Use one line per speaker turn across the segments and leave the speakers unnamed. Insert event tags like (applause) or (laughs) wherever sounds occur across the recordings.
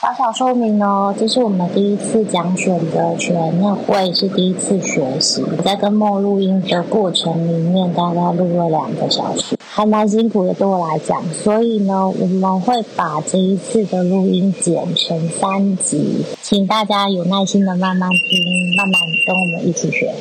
小小说明哦，这是我们第一次讲选择权，那我也是第一次学习。在跟梦录音的过程里面，大概录了两个小时，还蛮辛苦的对我来讲。所以呢，我们会把这一次的录音剪成三集，请大家有耐心的慢慢听，慢慢跟我们一起学。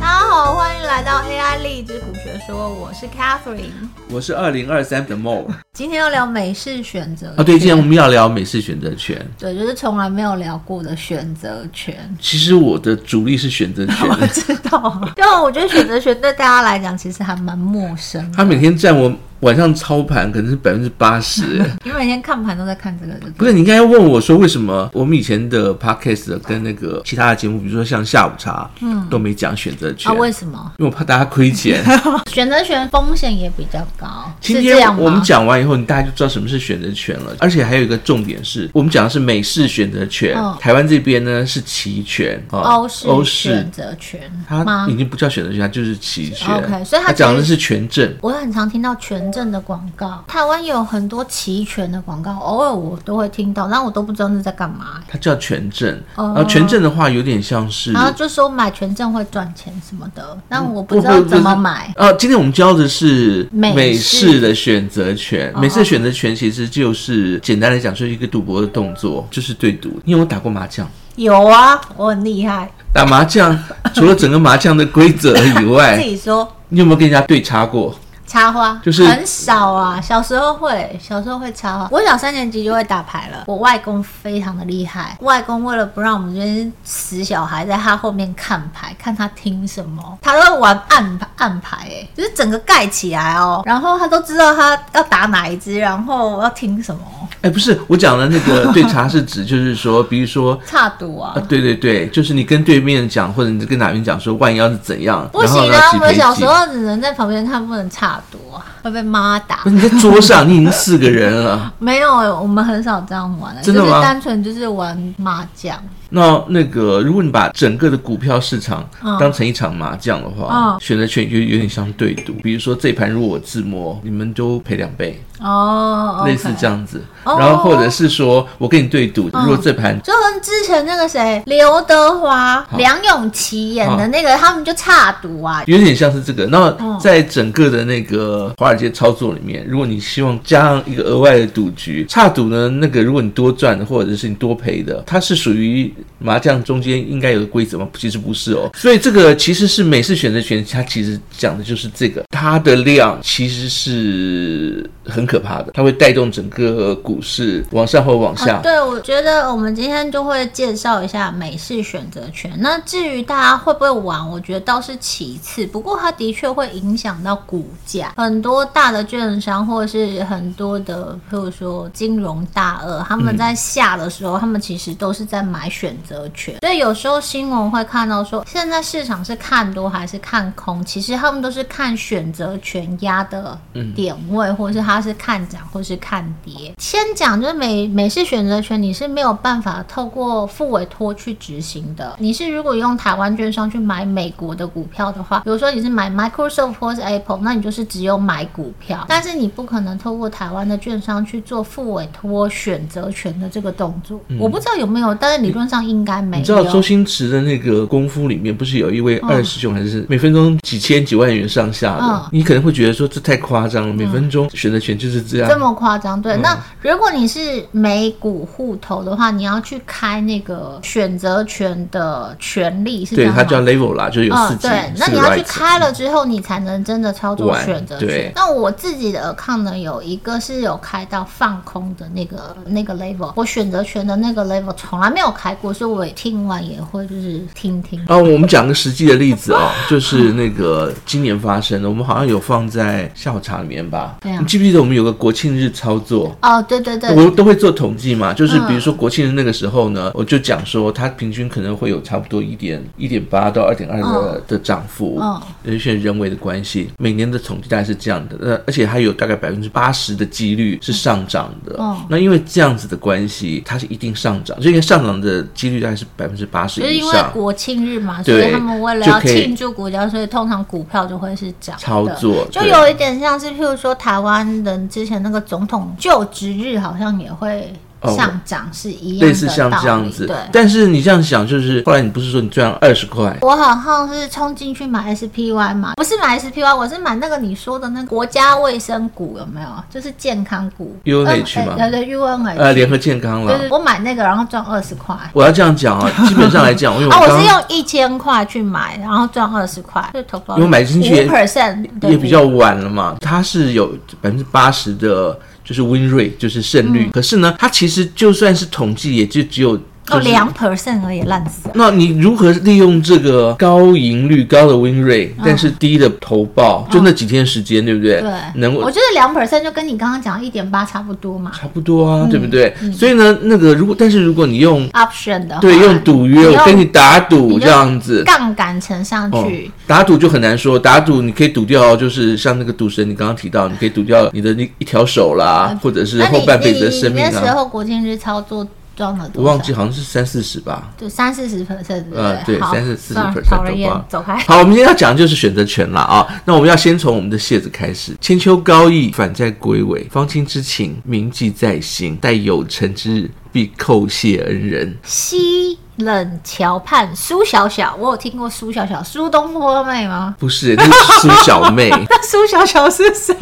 大家好，欢迎来到 AI 荔枝古学说，我是 Catherine。
我是二零二三的 Mo
今天要聊美式选择
(laughs) 啊，对，今
权
天我们要聊美式选择权。。
对，就是从来没有聊过的选择权
(laughs) 其实我的主力是选择 (laughs) 权，
我知道，就我觉得选择权对大家来讲其实还蛮陌生的。
他每天占我晚上操盘可能是百分之八 (laughs) 十。
你每天看盘都在看这个，对不
不
对？
是，你应该要问我说为什么我们以前的 podcast 跟那个其他的节目，比如说像下午茶，嗯，都没讲选择权，
啊，为
因
什么
为我怕大家亏钱。 (laughs)
选择权风险也比较高？
今
是这
天
样吗？
我们讲完以后，你大家就知道什么是选择权了。而且还有一个重点是，我们讲的是美式选择权，
嗯
台湾这边呢是期权，哦
欧式选择权
它
吗
已？经不叫选择权，它就是期权。
OK，所以它
它讲的是权证。
我很常听到权证的广告，台湾也有很多期权的广告，偶尔我都会听到，但我都不知道那在干嘛、欸
它叫权证，
哦
然后权证的话有点像是，
然后就说买权证会赚钱什么的，但我不知
不
道
不
怎么买。
呃，今天我们教的是
美式哦
美式的选择权，美式的选择权其实就是简单来讲，就是一个赌博的动作，就是对赌。你有没有打过麻将？
有啊，我很厉害，
打麻将除了整个麻将的规则以
(laughs) 自
外，
己说
你有没有跟人家对插过？
插花，
哎就是
很少啊。小时候会，小时候会插花。我小三年级就会打牌了。我外公非常的厉害，外公为了不让我们这边死小孩在他后面看牌，看他听什么，他都会玩暗牌暗牌、欸，就是整个盖起来哦，然后他都知道他要打哪一只，然后要听什么，
哎，不是，我讲的那个对插是指，就是说，比如说
差赌啊
啊，。对对对，就是你跟对面讲，或者你跟哪边讲说，万一要是怎样，
不行
然
啊！我
后
们
呢，几赔
小
几
时候只能在旁边看，不能差多啊，会被妈妈打
不。是你在桌上，你已经四个人了。 (laughs)
没有，我们很少这样玩，
真的
就
吗
是单纯就是玩麻将。
那那个，如果你把整个的股票市场
嗯
当成一场麻将的话，
嗯
选择权就有点像对赌。比如说这盘如果我自摸，你们都赔两倍，
哦，
类似这
样。
样子。
哦嗯
然后或者是说我跟你对赌，如果这盘
就跟之前那个谁刘德华、
好
梁咏琪演的那个，他们就差赌啊。
有点像是这个。那
嗯
在整个的那个华尔街操作里面，如果你希望加上一个额外的赌局，差赌呢，那个如果你多赚的或者是你多赔的，它是属于麻将中间应该有的规则吗？其实不是哦。所以这个其实是美式选择权，它其实讲的就是这个，它的量其实是很可怕的，它会带动整个股市往上或往下。
啊对，我觉得我们今天就会介绍一下美式选择权。那至于大家会不会玩，我觉得倒是其次。不过它的确会影响到股价，很多大的券商或者是很多的，譬如说金融大鳄，他们在下的时候，他们其实都是在买选择权。所以有时候新闻会看到说，现在市场是看多还是看空，其实他们都是看选择权压的
嗯
点位，或是它是看涨或是看跌。先讲就是美美式选择权，你是没有办法透过付委托去执行的。你是如果用台湾券商去买美国的股票的话，比如说你是买 Microsoft 或是 Apple，那你就是只有买股票，但是你不可能透过台湾的券商去做付委托选择权的这个动作。我不知道有没有，但是理论上应该没有。
嗯你知道周星驰的那个功夫里面，不是有一位二师兄，还是每分钟几千几万元上下的？
嗯
你可能会觉得说这太夸张了，每分钟选择权就是这样。
这么夸张？
嗯
对，那如果你是美股户头的话，你要去开那个选择权的权利是这
对，
样吗？
它叫 level 啦，就是有四
嗯，
级、
对，那
四
你
个
要去
rights
开了之后，你才能真的操作
玩
选择权
对。
那我自己的 account 呢，有一个是有开到放空的那个那个 level，我选择权的那个 level 从来没有开过，所以我也听完也会就是听听。
啊，我们讲个实际的例子哦，就是那个今年发生的，我们好像有放在下午茶里面吧？
(laughs) 对啊
你记不记得我们有个国庆日操作？
哦，对对对，
我都会做统计嘛，就是
嗯
比如说国庆日那个时候呢，我就讲说它平均可能会有差不多一点一点八到二点二的的涨幅
嗯，
有一些人为的关系，每年的统计大概是这样的，呃，而且还有大概百分之八十的几率是上涨的
嗯嗯。
那因为这样子的关系，它是一定上涨，所以上涨的几率大概是百分之八十
就是
以
因为
上。
国庆日嘛，所以
对
他们为了
就
要
可以
庆祝国家，所以通常股票就会是涨的
操作
就
对
有一点像是，譬如说台湾人之前那个总统就职日好像也会
哦
上涨，是一样的
类似像这
道
样
理
子
对。，
但是你这样想，就是后来你不是说你赚二十块，
我好像是冲进去买 SPY 嘛，不是买 SPY，我是买那个你说的那个国家卫生股有没有？就是健康股
UNH 吗
嗯哎对对，UNH，
呃，联合健康
就
了
是。我买那个，然后赚二十块。
我要这样讲啊，基本上来
(laughs)
讲，因为我
啊，我
刚
是用一千块去买，然后赚二十块，就投保
因为买进去也
五 percent
也比较晚了嘛，它是有百分之八十的，就是 win rate，就是胜率。可是呢，它其实就算是统计，也就只有
嗯哦
就是
两 percent 而已，烂死了。
那你如何利用这个高盈率、高的 win rate，、但是低的投报？就那几天时间，对不对？
嗯对，
能
我觉得两 percent 就跟你刚刚讲一点八差不多嘛。
差不多
嗯
啊，对不对？所以呢，那个如果但是如果你用
option 的话，
对用赌
啊
约，
你
我跟你打
你
赌
就
这样子。
杠杆乘上
哦
去，，
打赌就很难说。打赌你可以赌掉，就是像那个赌神，你刚刚提到，你可以赌掉你的那一条手啦，或者
嗯
是
那你
后半辈子的
你
生命
你那时
啊。
候国庆日操作赚了多少？
我忘记好像是三四十吧。
就三四十 percent，
呃，对，
好
三十四十
算了
percent
讨人
的
厌
话，，
走开。
好，我们今天要讲的就是选择权了啊。那我们要先从我们的蟹子开始。千秋高义，反在归尾，方清之情，铭记在心。待有成之日，必叩谢恩人。
西冷桥畔苏小小，我有听过苏小小，苏东坡妹吗？ (laughs)
不是，那是苏小妹，
那苏小小是谁？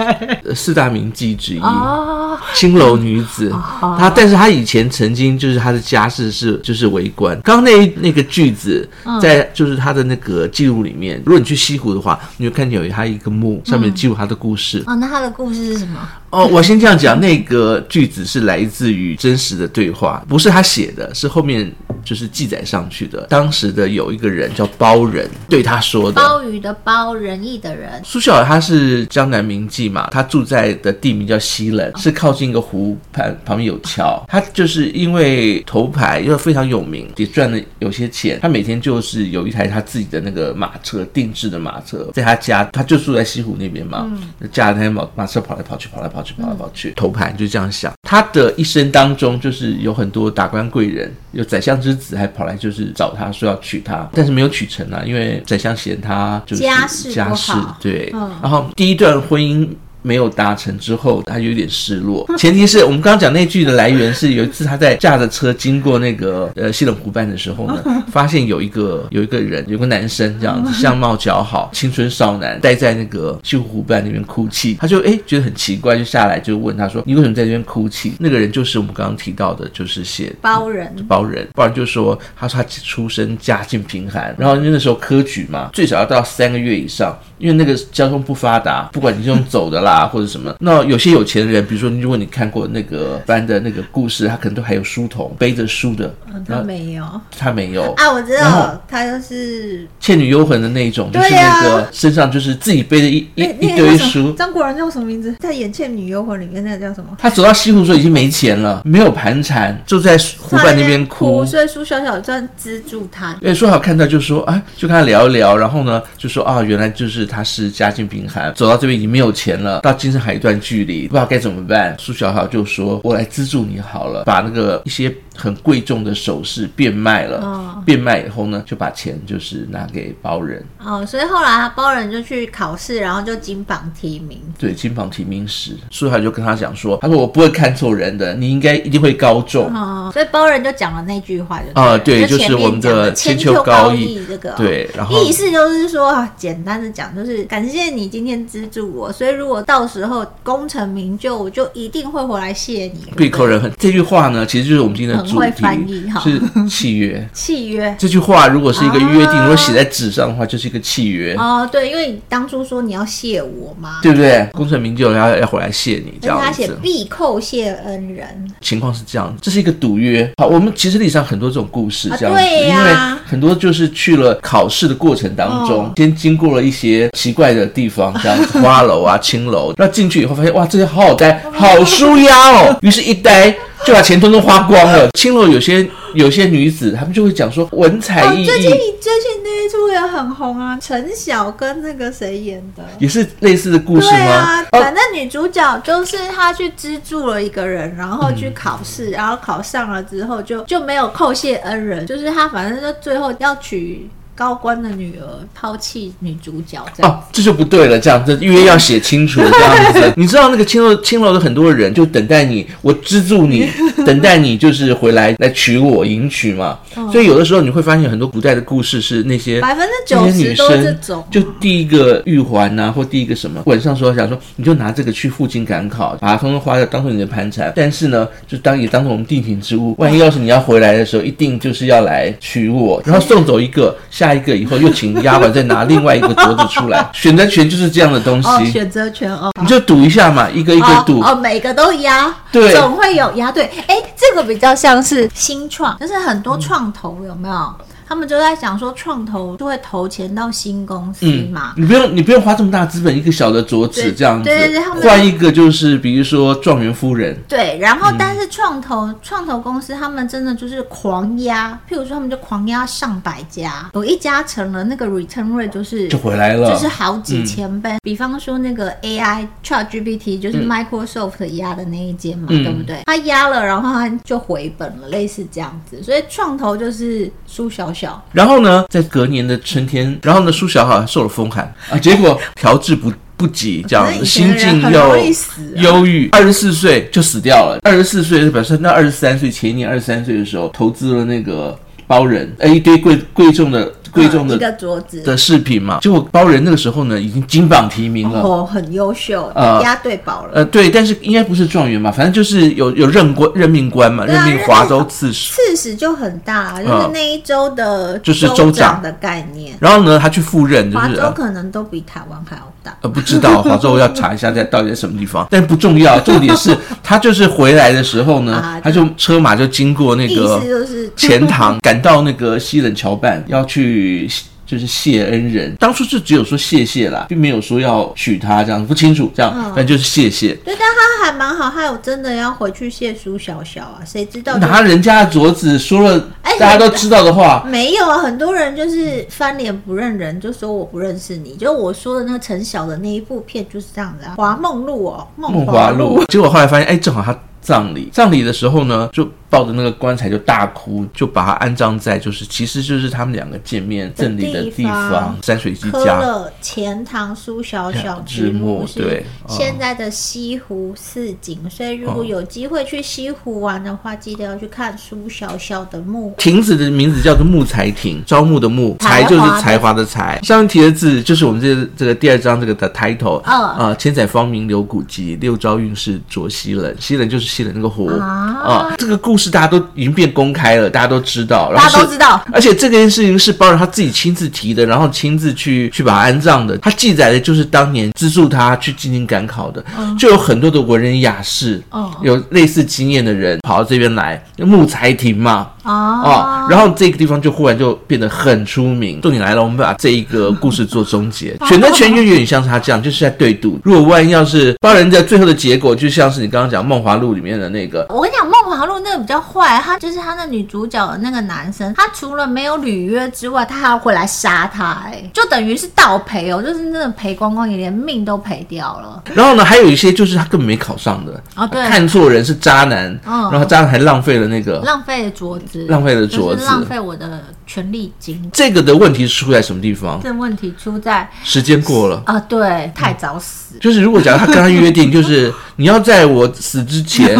呃四大名妓之一。
哦，
青楼女子，她但是她以前曾经就是她的家世是就是为官。刚刚那一那个句子在就是她的那个记录里面，如果你去西湖的话，你会看见有她一个墓上面记录她的故事。
哦，那他的故事是什么？
哦，我先这样讲，那个句子是来自于真实的对话，不是她写的，是后面就是记载上去的。当时的有一个人叫包人对她说的。
包鱼的包，仁义的人。
苏小她是江南名妓嘛，她住在的地名叫西
哦
冷，是靠近一个湖畔，旁边有桥。她就是因为头牌，因为非常有名，也赚了有些钱。她每天就是有一台她自己的那个马车，定制的马车，在她家，她就住在西湖那边嘛，
嗯
驾着那台马马车跑来跑去，跑来跑去，跑来跑去。头牌就这样想，她的一生当中就是有很多达官贵人，有宰相之子还跑来就是找她说要娶她，但是没有娶成啊，因为宰相嫌她就是
家世
家
不
世
好
对，
嗯
然后第一段婚姻。没有达成之后，她有点失落。前提是我们刚刚讲那句的来源是有一次她在驾着车经过那个呃西冷湖畔的时候呢，发现有一个有一个人，有个男生这样子相貌姣好，青春少男，待在那个西湖湖畔那边哭泣。她就哎觉得很奇怪，就下来就问他说：“你为什么在这边哭泣？”那个人就是我们刚刚提到的，就是写
包人，
包人，不然就说他说他出身家境贫寒，然后因为那时候科举嘛，最少要到三个月以上，因为那个交通不发达，不管你是用走的啦或者什么，那有些有钱人，比如说如果你看过那个班的那个故事，他可能都还有书童背着书的，然后
没有啊，
他没有。
我知
然后
道，他就是
《倩女幽魂》的那一种，就是
对啊呀
那个身上就是自己背着一一
那
一
那个
堆
叫什么
书。
张国荣叫什么名字？在演《倩女幽魂》里面那个叫什么？
他走到西湖的时候已经没钱了，没有盘缠，就在湖畔那边哭。
所以苏小小算资助他。
对，哎说好看到就说啊，就跟他聊一聊，然后呢，就说啊，原来就是他是家境贫寒，走到这边已经没有钱了，到精神还有一段距离，不知道该怎么办。苏小好就说，我来资助你好了，把那个一些很贵重的首饰变卖了，
哦
变卖以后呢，就把钱就是拿给包人，
哦，所以后来包人就去考试，然后就金榜题名。
对，金榜题名时，苏小好就跟他讲说，他说我不会看错人的，你应该一定会高中。
哦，所以包人就讲了那句话就了
啊对
就
就是
前面
我们的
讲的
千
秋
秋高
义
义
这个哦
对，然后
意思就是说，啊简单的讲，就是感谢你今天资助我，所以如果到时候功成名就，我就一定会回来谢你。
闭口人很这句话呢，其实就是我们今天的
很
主
会
题
翻译哈
是契约。
契约
这句话如果是一个约定，
啊
如果写在纸上的话，就是一个契约，
哦，对，因为你当初说你要谢我嘛，
对不对？功成名就了，要要回来谢你这
而且他
样
写
子。
必叩谢恩人，
情况是这样，这是一个赌约。好，我们其实历史上很多这种故事
啊
这样子，
对
因为
呀
很多就是去了考试的过程当中，
哦
先经过了一些奇怪的地方，这样子花楼啊、青
(laughs)
楼，那进去以后发现哇，这些
(laughs)
好好呆，好舒压哦，于是一呆就把钱通通花光了。青楼有些有些女子她们就会讲说文采
哦，
奕
最近
奕，
最近那一出也很红啊，陈晓跟那个谁演的。
也是类似的故事
对
吗
啊？，
哦
反正女主角就是她去资助了一个人，然后去考试，
嗯
然后考上了之后就就没有叩谢恩人，就是她反正就最后要娶高官的女儿，抛弃女主角这样。
哦，这就不对了，这样子因为要写清楚了这
(laughs)
样子。你知道那个青楼青楼的很多人就等待你，我资助
(laughs)
你，等待你就是回来来娶我迎娶嘛。
哦
所以有的时候你会发现很多古代的故事是那些
百分之
这
九
些
十
女
都是这
生
种，哦
就第一个玉环呐、或第一个什么，晚上说想说，你就拿这个去附近赶考，把它通通花掉，当做你的盘缠。但是呢，就当也当做我们定情之物。万一要是你要回来的时候，一定就是要来娶我，然后送走一个，下一个以后又请丫鬟再拿另外一个镯子
(laughs)
出来。选择权就是这样的东
哦，
西，
选择权哦。
你就赌一下嘛，一个一个
哦
赌。
哦，每个都压，
对
总会有压对。哎，这个比较像是新创，就是很多创投有没有？他们就在讲说，创投就会投钱到新公司
嗯
嘛，，
你不用你不用花这么大资本，一个小的镯子
对
这样子
对对对他，们
换一个就是比如说状元夫人，
对，然
嗯
后但是创投、创投公司他们真的就是狂压，譬如说他们就狂压上百家，有一家成了，那个 return rate 就是
就回来了嗯
就是好几千倍。比方说那个 AI ChatGPT 就是 Microsoft 压的那一间嘛，
嗯
对不对？他压了，然后他就回本了，类似这样子。所以创投就是输小小，
然后呢，在隔年的春天，然后呢，苏小好受了风寒啊，结果调治不不及，这样
可是以前
心
的人
境
很
又
容易死啊
忧郁，二十四岁就死掉了。二十四岁就表示那二十三岁前一年，二十三岁的时候投资了那个包人，哎，一堆贵贵重的贵重
嗯
的
一、个镯子。
的饰品嘛，结果包人那个时候呢，已经金榜题名了。
哦，很优秀，
呃
压对宝了。
呃，对，但是应该不是状元嘛，反正就是有有任官任命官嘛，
对啊
任命华州刺史。
刺史就很大啦，就是
嗯
那一周的
就是州
州
长
的概念。
然后呢，他去赴任，就
华
是
州
呃
可能都比台湾还要大。
呃，不知道，好，之后要查一下在到底在什么地方，但不重要，重点
(laughs)
是他就是回来的时候呢
啊，
他就车马就经过那
意
个
思就是
钱塘，赶到那个西冷桥畔，要去就是谢恩人。当初就只有说谢谢啦，并没有说要娶她这样，不清楚这样，
嗯
反正就是谢谢。
对，但他还蛮好，他有真的要回去谢苏小小啊，谁知道就
拿人家的镯子说了
哎
大家都知道的话，
没有啊？很多人就是翻脸不认人，就说我不认识你，就我说的那个陈晓的那一部片就是这样子啊，《华梦露》哦，《
梦
梦
华
录》
录。结果后来发现，哎，正好他葬礼，葬礼的时候呢，就抱着那个棺材就大哭，就把他安葬在就是其实就是他们两个见面
的
赠礼的地
地方
方——山水之
科
家。
勒钱塘苏小
(laughs)
小
之
之
墓
墓
对哦
是现在的西湖四景，所以如果有机会去西湖玩的话，记得要去看苏小小的墓。
亭子的名字叫做木才亭，招募的木，才
才华
就是
的
才华的才。上面题的字就是我们这这个第二章这个的 title，
嗯
啊、千载芳名留古籍，六朝运势着西冷。西冷就是西冷那个湖啊、
啊
这个故事大家都已经变公开了，大家都知道，然后
大家都
是
知道，
而且这件事情是包人他自己亲自提的，然后亲自去去把它安葬的。他记载的就是当年资助他去进行赶考的，就有很多的文人雅士，
嗯哦
有类似经验的人跑到这边来，木材亭嘛，啊、
哦
然后这个地方就忽然就变得很出名。重点来了，我们把这一个故事做终结。选择权就有点像是他这样，就是在对赌。如果万一要是帮人家最后的结果，就像是你刚刚讲《梦华录》里面的那个，
我跟你讲，《梦华录》那个比较坏，他就是他那女主角的那个男生，他除了没有履约之外，他还要回来杀他、哎，就等于是倒赔哦，就是真的赔光光，你连命都赔掉了。
然后呢，还有一些就是他根本没考上的，
哦对
看错人是渣男，
嗯
然后渣男还浪费了那个。
浪费了镯子，
浪费了镯子
就是浪费我的权利金。
这个的问题是出在什么地方？
这问题出在
时间过了。
啊、对，
嗯
太早死。
就是如果假如他跟他约
(laughs)
定，就是你要在我死之前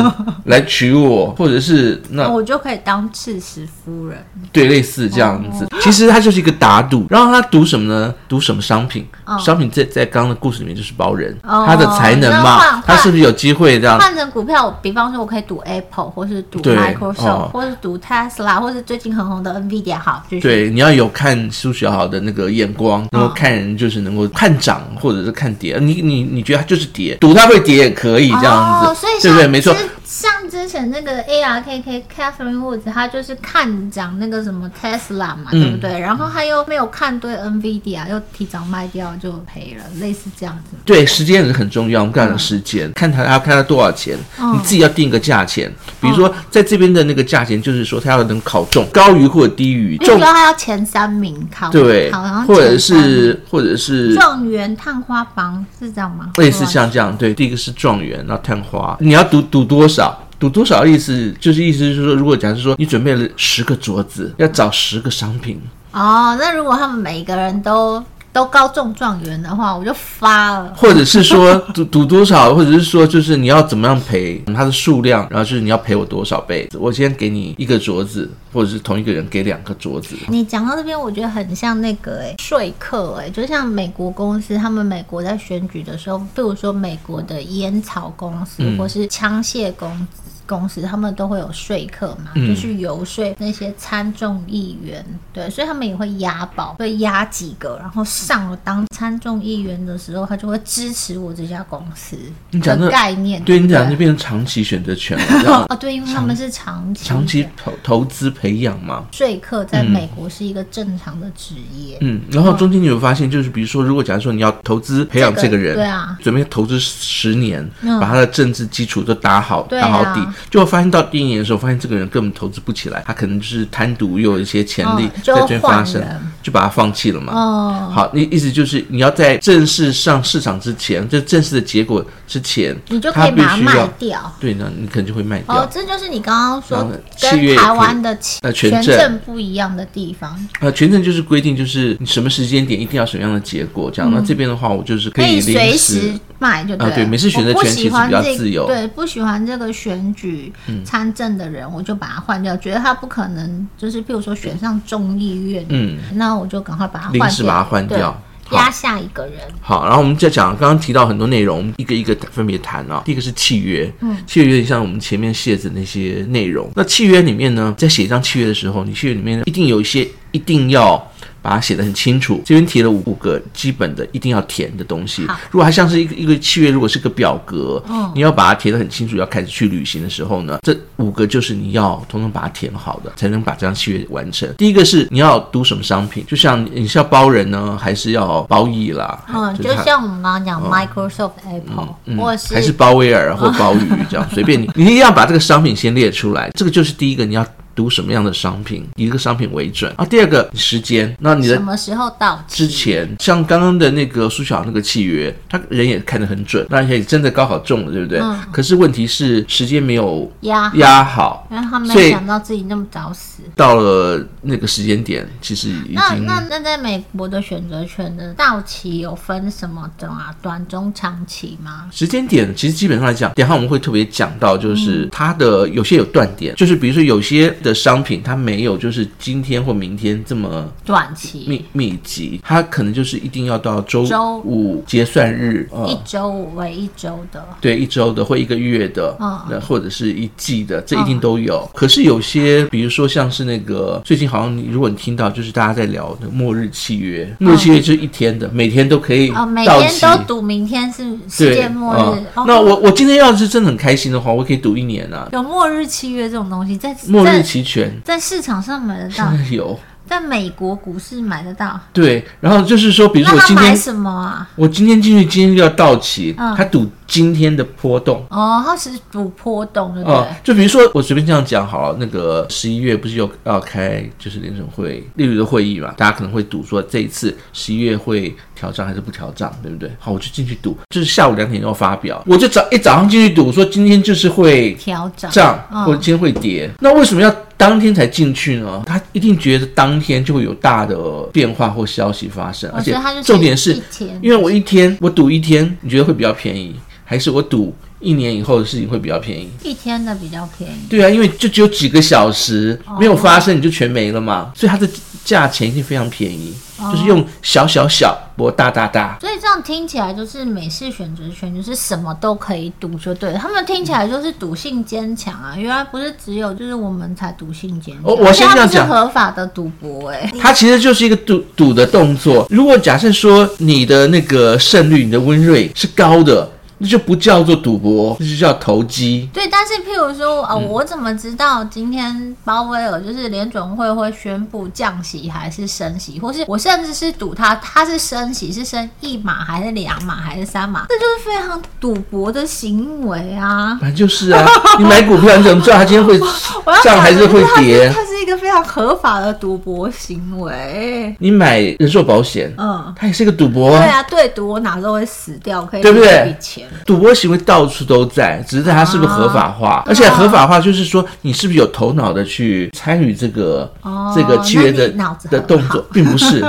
来娶我，或者是那
我就可以当赤石夫人，
对，类似这样
哦
子。其实它就是一个打赌，然后他赌什么呢？赌什么商品？商品在在刚刚的故事里面就是包人，
哦
他的才能
那
嘛
换，
他是不是有机会这样？
换成股票，比方说我可以赌 Apple，或是赌
对
Microsoft，、
哦
或是赌 Tesla，或是最近很红的 NVIDIA。好， (laughs) 继续。
对，你要有看苏学好的那个眼
哦
光，能够看人就是能够看涨或者是看跌。你你你觉得它就是跌，赌它会跌也可以这样子，
哦、所以
对
像
不对？没错，
之像之之前那个 ARKK Catherine Woods，他就是看涨那个什么 Tesla 嘛，
嗯
对不对？然后他又没有看对 NVIDIA，又提早卖掉就赔了，类似这样子。
对，时间也是很重要。我们刚讲时间，看他要看他多少钱，
嗯
你自己要定个价钱。比如
哦
说，在这边的那个价钱，就是说他要能考中，高于或者低于
你说
中，
他要前三名考，
对
考啊然，后
或者
前三名
是或者是
状元探花榜是这样吗？
类似像这样，对，第一个是状元，然后探花，你要赌赌多少？赌多少的意思就是意思就是说，如果假设说你准备了十个镯子，要找十个商品，
哦，那如果他们每一个人都都高中状元的话，我就发了。
或者是说赌赌多少，或者是说就是你要怎么样赔嗯它的数量，然后就是你要赔我多少倍，我先给你一个镯子，或者是同一个人给两个镯子。
你讲到这边，我觉得很像那个哎、说客哎、就像美国公司，他们美国在选举的时候，比如说美国的烟草公司、
嗯
或是枪械公司。公司他们都会有说客嘛，
嗯
就是游说那些参众议员，对，所以他们也会押宝，会押几个，然后上了当参众议员的时候，他就会支持我这家公司
你讲
的
的
概念。
对你
不
讲就变成长期选择权了，这样
哦，对，因为他们是长期
长期
的
投投资培养嘛。
说客在美国是一个正常的职业。
嗯，然后中间你有发现，就是比如说，如果假如说你要投资培养
这个
这个人，
对啊
准备投资十年，
嗯
把他的政治基础都打好，
对啊
打好底，就会发现到第一年的时候，发现这个人根本投资不起来，他可能就是贪赌又有一些潜力
嗯
在
就
这边发
换
生
人，
就把他放弃了嘛。
哦
好，你意思就是你要在正式上市场之前，就正式的结果之前，
你就可
他
以
必
把它
须
卖
要
掉。
对呢，你可能就会卖掉。
哦，这就是你刚刚
然
说
后契
跟
约
台湾的其
呃
权
权证
证不一样的地方，
呃，权证就是规定，就是你什么时间点一定要什么样的结果，这样。那、这边的话，我就是
嗯
可
可以
临
随
时
时卖就对了。
啊对每次选择
我不
权其
喜
实
欢
比较
这
自由嗯
对，不喜欢这个选举参政的人，我就把它换掉。觉得他不可能，就是譬如说选上众议院，
嗯，
那我就赶快把它换掉，
临时把它换
对
掉。
压下一个人。
好，然后我们再讲刚刚提到很多内容，我们一个一个分别谈啊。第一个是契约，嗯，契约有点像我们前面写的那些内容。那契约里面呢，在写一张契约的时候，你契约里面一定有一些一定要把它写得很清楚。这边提了五个基本的一定要填的东西
好。
如果它像是一个一个契约，如果是个表格，
嗯
你要把它填得很清楚，要开始去旅行的时候呢，这五个就是你要统统把它填好的，才能把这张契约完成。第一个是你要读什么商品，就像你是要包人呢，还是要包义啦？
嗯，
是
就
它嗯
像我们刚刚讲 Microsoft、Apple，或
还是鲍威尔
啊
或鲍鱼这样，随便你，你一定要把这个商品先列出来。这个就是第一个，你要读什么样的商品，以这个商品为准。啊，第二个时间，那你
什
的
么时候到期
之前，像刚刚的那个苏小那个契约，他人也看得很准，那也真的高考中了，对不对？
嗯啊
可是问题是时间没有
压
压好，
然后他
所
没
以
想到自己那么早死。
到了那个时间点，其实已
那
经
那那在美国的选择权的到期有分什么的啊？短、中、长期吗？
时间点其实基本上来讲，等一下我们会特别讲到，就是它的有些有断
嗯
点，就是比如说有些的商品它没有就是今天或明天这
嗯
么
短期
密密集，它可能就是一定要到周
周
五结算日，
一
呃，
周为一周的，
对，一周的或一个月的
嗯，
那或者是一季的，这一定都有。可是有些，比如说像是那个最近好像你如果你听到就是大家在聊那个末日契约，末日契约就是一天的，每天都可以
嗯哦，每
嗯到
天
期。
都赌明天是世
对，
界末日
嗯。
哦
那我我今天要是真的很开心的话，我可以赌一年啊，
有末日契约这种东西，在
末日
在
期权。
在市场上买得
现
到，
在有
在美国股市买得到。
对，然后就是说，比如
那
说我
他
今
买
天
什么啊？
我今天进去，今天就要到期，
嗯
他赌今天的波动。
哦，他是赌波动，对不
哦、
对？
就比如说我随便这样讲好了，那个十一月不是有要开就是联准会利率的会议嘛，大家可能会赌说这一次十一月会调涨还是不调涨，对不对？好，我就进去赌，就是下午两点要发表，我就早一早上进去赌，说今天就是会
调整。
涨
嗯
或者今天会跌，那为什么要当天才进去呢？他一定觉得当天就会有大的变化或消息发生，
哦
而且
所以他就是
重点是
一天，
因为我一天我赌一天，你觉得会比较便宜，还是我赌一年以后的事情会比较便宜？
一天的比较便宜。
对啊，因为就只有几个小时
哦
没有发生，你就全没了嘛，所以它的价钱一定非常便宜，
哦
就是用小小小博大大大。
所以这样听起来就是美式选择权，就是什么都可以赌就对了。他们听起来就是赌性坚强啊，原来不是只有就是我们才赌性坚强。
我哦我先这样
而
讲
且它不是合法的赌博哎、
它其实就是一个赌赌的动作。如果假设说你的那个胜率、你的温瑞是高的，那就不叫做赌博，那就叫投机。
对，但是譬如说，
嗯
呃，我怎么知道今天鲍威尔就是联准会会宣布降息还是升息，或是我甚至是赌他他是升息是升一码还是两码还是三码，这就是非常赌博的行为啊！
反正就是
(laughs)
啊，你买股票你怎么知道它今天会
我要
涨
讲
还
的
是会
它
跌？
它是一个非常合法的赌博行为。
你买人寿保险，
嗯，
它也是一个赌博
对
啊。
啊，对赌我哪时候会死掉，可以
哦对不
领
对
这笔钱。
赌博行为到处都在，只是它是不是合法化，
啊
而且合法化就是说你是不是有头脑的去参与这个、
哦
这个契约的
那你脑子很
的动作，并
(laughs)
不是。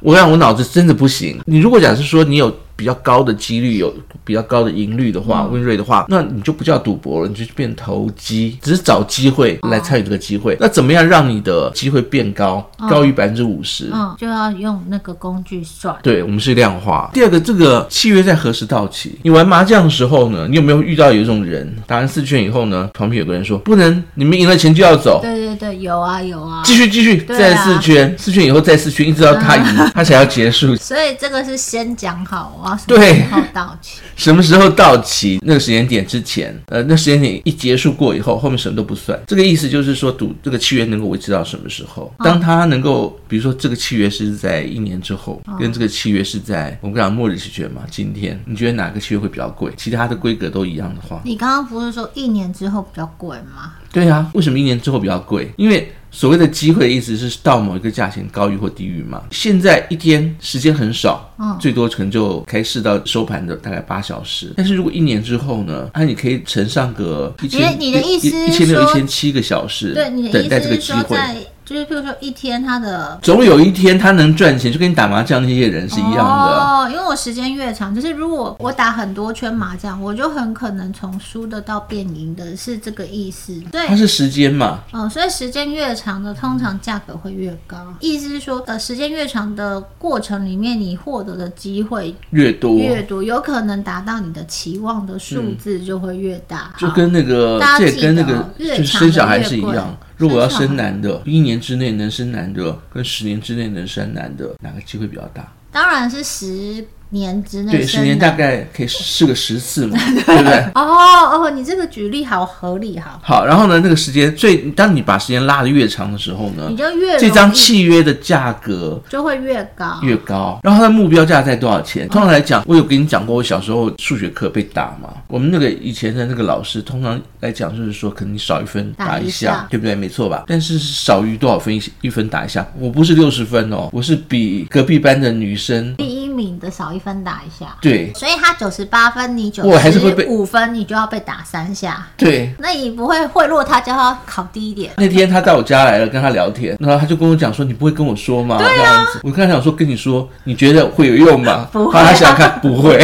我想我脑子真的不行。你如果假设说你有比较高的几率，有比较高的赢率的
嗯
话，win rate 的话，那你就不叫赌博了，你就变投机，只是找机会来参与这个机
嗯
会。那怎么样让你的机会变高，高于百分之五十？
嗯，就要用那个工具算。
对，我们是量化。第二个，这个契约在何时到期？你玩麻将的时候呢，你有没有遇到有一种人打完四圈以后呢，旁边有个人说不能，你们赢了钱就要走，
对对对，有啊有啊。
继续继续，
对啊
再四圈，四圈以后再四圈，一直到
(laughs)
他赢，他才要结束。
所以这个是先讲好，我要什么
对
时候到期。
什么时候到期？那个时间点之前，呃，那时间点一结束过以后，后面什么都不算。这个意思就是说，赌这个契约能够维持到什么时候？当他能够，比如说这个契约是在一年之后，跟这个契约是在我们讲末日期权嘛，今天你觉得哪个契约会比较贵？其他的规格都一样的话，
你刚刚不是说一年之后比较贵吗？
对啊，为什么一年之后比较贵？因为所谓的机会的意思是到某一个价钱高于或低于嘛。现在一天时间很少，
嗯
最多可能就开市到收盘的大概八小时。但是如果一年之后呢，啊，你可以乘上个一千，
你的意思
一千
是
六、一
说
千七个小时，
对，你的
等
意
待这个
思是
机
说
会。
在，就是譬如说一天它的哦
总有一天他能赚钱，就跟你打麻将那些人是一样的。
哦，因为我时间越长，就是如果我打很多圈麻将，我就很可能从输的到变赢的，是这个意思。对
它，是时间嘛，
哦，所以时间越长的，通常价格会越高。
嗯
意思是说，呃，时间越长的过程里面，你获得的机会
越多
越多，有可能达到你的期望的数字就会越大。
就跟那个
大，家
这也
记
跟那
得
个
哦越
就是
长
生
的
小孩
越
是一
贵
样。如果要
生小
生
孩
男的，一年之内能生男的，跟十年之内能生男的，哪个机会比较大？
好当然是十年之内
对，
生
十年
的
大概可以试个十次嘛，对不对？
哦哦，你这个举例好合理哈，
好，然后呢，那个时间最，当你把时间拉得越长的时候呢
你，就越
这张
容易
契约的价格
就会越高。
越高，然后它的目标价在多少钱？通常来讲，我有跟你讲过，我小时候数学课被打嘛。我们那个以前的那个老师，通常来讲就是说，可能你少一分
打
打
一
一
下
下，对不对？没错吧？但是少于多少分一一分打一下？我不是六十分哦，我是比隔壁班的女生
第一名的少一分打一下，
对
所以他九十八分，你九
我还是会被
十五分，你就要被打三下。
对。
那你不会贿赂他，叫他考低一点。
那天他到我家来了，跟他聊天，然后他就跟我讲说：“你不会跟我说吗？”
啊
这样子，我跟他讲说：“跟你说，你觉得会有用吗？”
(laughs) 不会啊
后来他想想看，不会，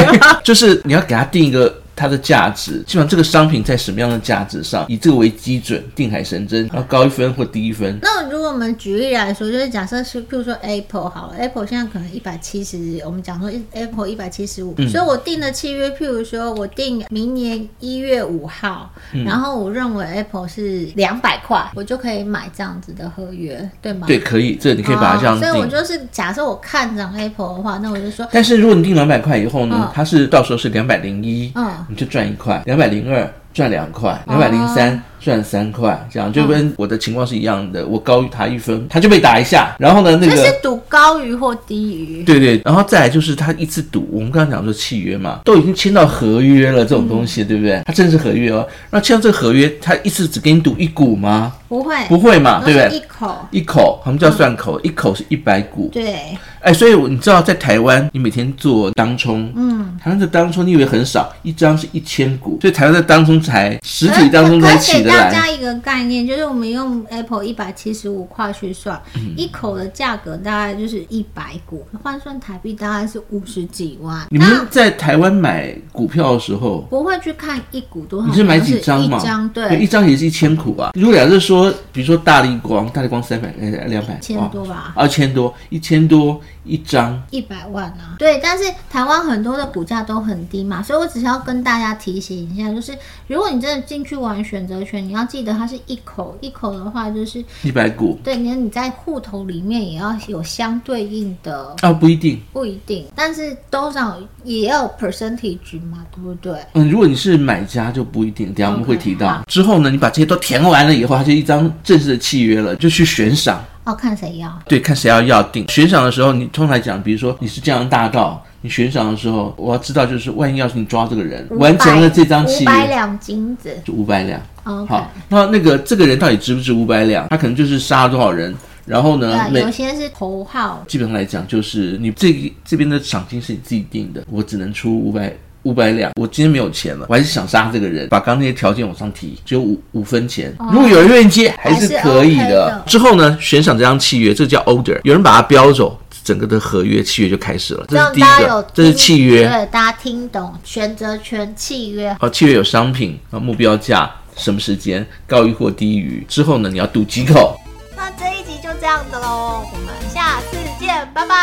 就是你要给他定一个它的价值，基本上这个商品在什么样的价值上，以这个为基准定海神针，然后高一分或低一分。
那如果我们举例来说，就是假设是，譬如说 Apple 好了，Apple 现在可能一百七十，我们讲说 Apple 一百七十
嗯
五，所以我定的契约，譬如说我定明年一月五号，
嗯
然后我认为 Apple 是两百块，我就可以买这样子的合约，对吗？
对，可以，这你可以把它这样
哦
定。
所以我就是假设我看涨 Apple 的话，那我就说，
但是如果你定两百块以后呢
嗯，
它是到时候是两百零一
嗯，哦
你就赚一块；两百零二赚两块；两百零三赚三块，这
嗯
样就跟我的情况是一样的。我高于他一分，他就被打一下。然后呢，那
这
个
是赌高于或低于。
对对，然后再来就是他一次赌，我们刚刚讲说契约嘛，都已经签到合约了，这种东
嗯
西、对不对？他真的是合约哦。那签到这个合约，他一次只给你赌一股吗？
不会，
不会嘛，
都
对不
哎是
对
一？口，嗯
一口，我们叫算口，一口是一百股。
对，
哎，所以你知道在台湾，你每天做当冲，
嗯，
台湾的当冲你以为很少，一张是一千股，所以台湾的当冲才实体当冲才
而
起
且
得
大
来
家。一个概念，就是我们用 Apple 一百七十五块去算，
嗯
一口的价格大概就是一百股，换算台币大概是五十几万。
你们
那
在台湾买股票的时候，
不会去看一股多少，
哦你是买几张嘛？
一张
一
对，
张也是一千股啊。如果假设说，比如说大力光，大力光三百，呃，两百，
千多吧
二千多，一千多，一张，
一百万啊，对，但是台湾很多的股价都很低嘛，所以我只是要跟大家提醒一下，就是如果你真的进去玩选择权，你要记得它是一口一口的话，就是
一百股
对，你你在户头里面也要有相对应的，
啊，不一定。
不一定，但是多少也要有 percentage 嘛，对不对？
嗯，如果你是买家就不一定，等一下我们
OK，
会提到
好。
之后呢，你把这些都填完了以后，它就一张正式的契约了，就去悬赏，
哦，看谁要。
对，看谁要要定。悬赏的时候，你通常来讲，比如说你是江洋大盗，你悬赏的时候，我要知道就是，万一要是你抓这个人，完成了这张契
五百
约，
两金子。
就五百两。
OK，
好，那那个这个人到底值不值五百两？他可能就是杀了多少人，然后呢，
对，啊
每
有些是头号，
基本上来讲，就是你这个这边的赏金是你自己定的，我只能出五百五百两。我今天没有钱了，我还是想杀这个人，把刚刚那些条件往上提，只有五五分钱。如果有人愿意接，还是可以
哦还是 OK 的
之后呢，悬赏这张契约，这叫 order，有人把它标走。整个的合约契约就开始了，这是
让
第一
大家有
个，这是
听
契约。
对，大家听懂选择权契约。
好，契约有商品啊，目标价什么时间高于或低于，之后呢，你要赌几口。
那这一集就这样子喽，我们下次见，拜拜。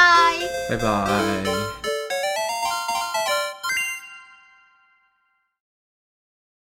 拜拜。